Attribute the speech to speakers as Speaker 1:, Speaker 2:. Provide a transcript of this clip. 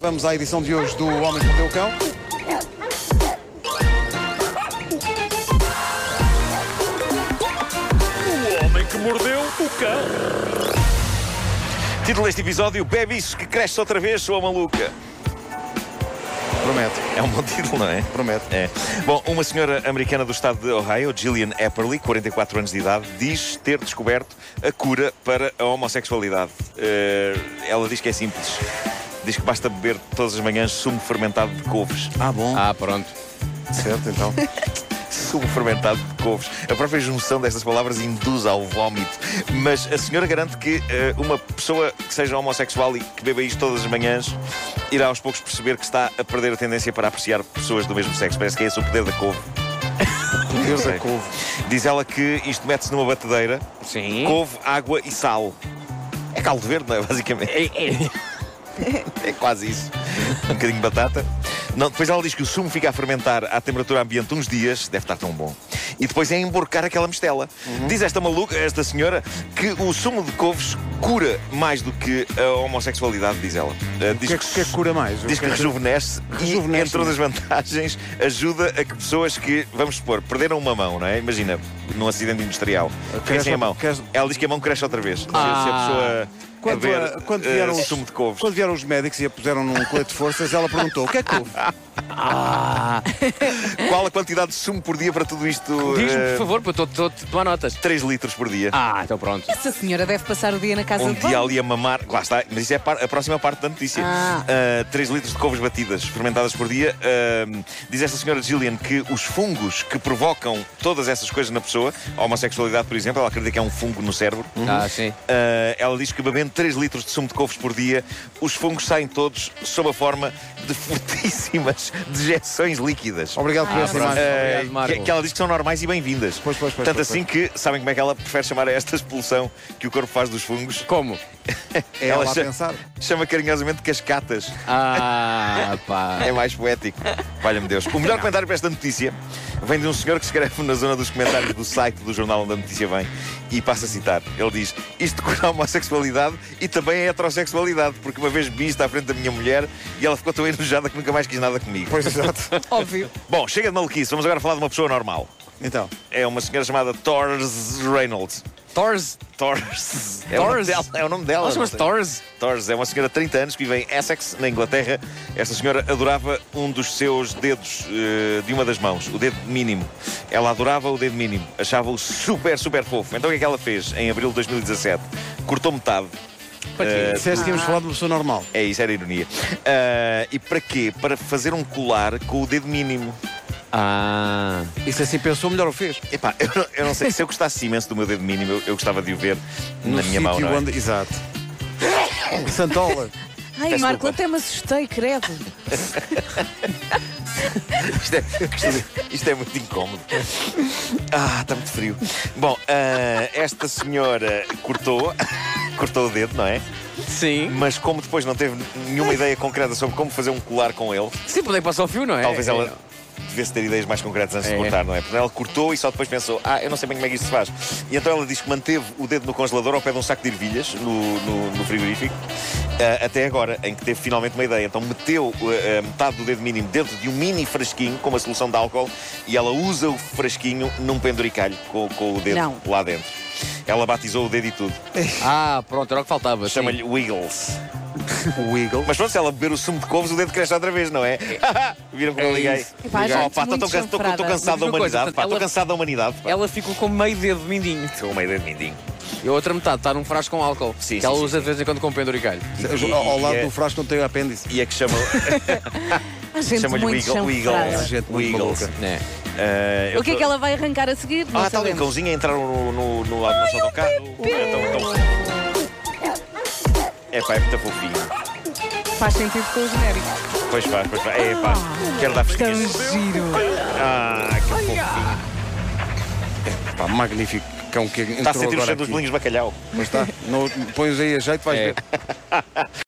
Speaker 1: Vamos à edição de hoje do Homem que Mordeu o Cão.
Speaker 2: O homem que mordeu o cão.
Speaker 3: Título deste episódio: Bebis que cresce outra vez, sua maluca.
Speaker 1: Promete,
Speaker 3: É um bom título, não é?
Speaker 1: promete.
Speaker 3: É. Bom, uma senhora americana do estado de Ohio, Gillian Epperly, 44 anos de idade, diz ter descoberto a cura para a homossexualidade. Eh, ela diz que é simples. Diz que basta beber todas as manhãs sumo fermentado de couves.
Speaker 1: Ah, bom.
Speaker 4: Ah, pronto.
Speaker 1: Certo, então.
Speaker 3: Sumo fermentado de couves. A própria junção destas palavras induz ao vómito. Mas a senhora garante que eh, uma pessoa que seja homossexual e que beba isto todas as manhãs irá aos poucos perceber que está a perder a tendência para apreciar pessoas do mesmo sexo. Parece que é esse o poder da couve.
Speaker 1: Deus
Speaker 3: Sei.
Speaker 1: a couve.
Speaker 3: Diz ela que isto mete-se numa batedeira,
Speaker 4: Sim.
Speaker 3: couve, água e sal. É caldo verde, não é? Basicamente. É quase isso. Um bocadinho de batata. Não, depois ela diz que o sumo fica a fermentar à temperatura ambiente uns dias, deve estar tão bom. E depois é emborcar aquela mistela.
Speaker 1: Uhum.
Speaker 3: Diz esta maluca, esta senhora, que o sumo de couves cura mais do que a homossexualidade, diz ela. Eh,
Speaker 1: O
Speaker 3: Diz
Speaker 1: que é que, o que é que cura mais? O
Speaker 3: Diz que
Speaker 1: é
Speaker 3: rejuvenesce, e,
Speaker 1: Rejuvenesce
Speaker 3: entre outras vantagens, ajuda a que pessoas que, vamos supor, perderam uma mão, não é? Imagina, num acidente industrial, crescem a mão.
Speaker 1: cresce-
Speaker 3: Ela diz que a mão cresce outra vez. Se-
Speaker 4: Ah.
Speaker 3: Se, a pessoa
Speaker 1: Quando,
Speaker 3: beber
Speaker 1: ah, quando
Speaker 3: eh,
Speaker 1: vieram os,
Speaker 3: sumo de couves.
Speaker 1: quando vieram os médicos e a puseram num colete de forças, ela perguntou: o que é couve?
Speaker 3: Ah, Qual a quantidade de sumo por dia para tudo isto?
Speaker 4: Diz-me,
Speaker 3: eh,
Speaker 4: por favor, porque eu estou a tomar notas.
Speaker 3: 3 litros por dia.
Speaker 4: Ah, então pronto.
Speaker 5: Essa senhora deve passar o dia na casa
Speaker 3: Um
Speaker 5: de
Speaker 3: dia ali a mamar, lá está, mas isso é a par- a próxima parte da notícia.
Speaker 5: Ah.
Speaker 3: 3 litros de couves batidas, fermentadas por dia. Ahm, diz esta senhora Gillian que os fungos que provocam todas essas coisas na pessoa, a homossexualidade, por exemplo, ela acredita que é um fungo no cérebro.
Speaker 4: Ah, sim.
Speaker 3: Ah, ela diz que bebendo 3 litros de sumo de couves por dia, os fungos saem todos sob a forma de fortíssimas dejeções líquidas.
Speaker 1: Obrigado por
Speaker 5: Ah,
Speaker 1: essa
Speaker 4: pronto.
Speaker 1: imagem.
Speaker 3: Eh,
Speaker 4: Obrigado, Marco.
Speaker 3: que, que ela diz que são normais e bem-vindas.
Speaker 1: Pois, pois, pois,
Speaker 3: Tanto
Speaker 1: pois,
Speaker 3: assim que sabem como é que ela prefere chamar a esta expulsão que o corpo faz dos fungos?
Speaker 4: Como?
Speaker 1: É ela, a
Speaker 3: cha-
Speaker 1: pensar.
Speaker 3: chama carinhosamente cascatas.
Speaker 4: Ah, pá.
Speaker 3: É mais poético. Valha-me Deus. O melhor comentário para esta notícia vem de um senhor que escreve na zona dos comentários do site do jornal onde a notícia vem e passa a citar. Ele diz: Isto cura a homossexualidade e também a heterossexualidade, porque uma vez vi isto à frente da minha mulher e ela ficou tão enojada que nunca mais quis nada comigo.
Speaker 1: Pois é, exato.
Speaker 5: banho, óbvio.
Speaker 3: Bom, chega de maluquice, vamos agora falar de uma pessoa normal.
Speaker 1: Então,
Speaker 3: É uma senhora chamada Tors Reynolds.
Speaker 4: Thors.
Speaker 3: Torres. É,
Speaker 4: Torres?
Speaker 3: O nome dela, é o nome dela.
Speaker 4: Ela chama-se
Speaker 3: não sei.
Speaker 4: Thors.
Speaker 3: Torres é uma senhora de 30 anos que vive em Essex, na Inglaterra. Esta senhora adorava um dos seus dedos eh, de uma das mãos, o dedo mínimo. Ela adorava o dedo mínimo, achava-o super, super fofo. Então o que é que ela fez em abril de 2017? Cortou metade. Eh,
Speaker 1: disseste que íamos falar de uma pessoa normal.
Speaker 3: é isso, era ironia. Ah, e para quê? Para fazer um colar com o dedo mínimo.
Speaker 4: Ah.
Speaker 1: E se assim pensou, melhor o fez.
Speaker 3: Epá, eu não, eu não sei, se eu gostasse imenso do meu dedo mínimo, eu, eu gostava de o ver na minha
Speaker 1: sítio
Speaker 3: mão, não é?
Speaker 1: onde. Exato. Santola.
Speaker 5: Ai,
Speaker 3: Peço
Speaker 5: Marco,
Speaker 3: desculpa.
Speaker 5: até me assustei, credo.
Speaker 3: Isto é, isto- isto é muito incómodo. Ah, está muito frio. Bom, ah, esta senhora cortou, cortou o dedo, não é?
Speaker 4: Sim.
Speaker 3: Mas como depois não teve nenhuma ideia concreta sobre como fazer um colar com ele,
Speaker 4: Sim, podem passar o fio, não é?
Speaker 3: talvez
Speaker 4: É,
Speaker 3: ela devesse ter ideias mais concretas antes de
Speaker 4: É.
Speaker 3: cortar, não é? Porque ela cortou e só depois pensou, ah, eu não sei bem como é que isto se faz. E então ela diz que manteve o dedo no congelador ao pé de um saco de ervilhas no, no- no frigorífico, ah, até agora, em que teve finalmente uma ideia. Então meteu ah, ah, metade do dedo mínimo dentro de um mini frasquinho com uma solução de álcool e ela usa o frasquinho num penduricalho com, com o dedo
Speaker 5: Não.
Speaker 3: lá dentro. Ela batizou o dedo e tudo.
Speaker 4: Ah, pronto, era o que faltava. sim.
Speaker 3: Chama-lhe Wiggles.
Speaker 1: O Eagle.
Speaker 3: Mas pronto, se ela beber o sumo de couves, o dedo cresce outra vez, não é? Viram que eu
Speaker 4: É
Speaker 3: liguei?
Speaker 4: isso.
Speaker 5: Epá, há gente muito
Speaker 3: estou estou- estou
Speaker 5: chanfrada.
Speaker 4: Mas uma
Speaker 3: cansado da
Speaker 4: coisa,
Speaker 3: humanidade, pá,
Speaker 4: portanto,
Speaker 3: estou
Speaker 4: ela-
Speaker 3: cansado da humanidade. pá.
Speaker 4: Ela ficou com meio dedo mindinho.
Speaker 3: Estou com uma ideia de mindinho.
Speaker 4: E a outra metade está num frasco com álcool.
Speaker 3: Sim,
Speaker 4: que
Speaker 3: sim,
Speaker 4: ela
Speaker 3: sim,
Speaker 4: usa de vez em quando com penduricalho.
Speaker 3: E-
Speaker 1: Ao ao
Speaker 3: e-
Speaker 1: lado
Speaker 3: é-
Speaker 1: do frasco não tem apêndice.
Speaker 3: E é que chama.
Speaker 5: Há gente
Speaker 3: Chama-lhe
Speaker 5: muito
Speaker 3: Wiggle- Wiggle.
Speaker 1: É
Speaker 5: chanfrada.
Speaker 1: gente
Speaker 3: O
Speaker 1: muito
Speaker 3: Eagle.
Speaker 1: maluca.
Speaker 4: Né?
Speaker 3: eh, eu
Speaker 5: O que é
Speaker 3: tô-
Speaker 5: que ela vai arrancar a seguir? Não
Speaker 3: Ah, está ali um
Speaker 5: sabemos.
Speaker 3: cãozinho a entrar no, no, no, no nosso autocarro. É, tão- tão- É pá, é muito fofinho.
Speaker 5: Faz sentido com o genérico.
Speaker 3: Pois faz, pois faz. É pá, quero dar
Speaker 5: Ah, Tão
Speaker 3: festinhas.
Speaker 5: giro.
Speaker 3: Ah, que fofinho.
Speaker 1: Pá, magnífico cão que entrou
Speaker 3: Está Tá a sentir o
Speaker 1: agora
Speaker 3: cheiro dos
Speaker 1: aqui.
Speaker 3: bolinhos de bacalhau.
Speaker 1: Pois está. Não, pões aí a jeito, vais
Speaker 4: É.
Speaker 1: ver.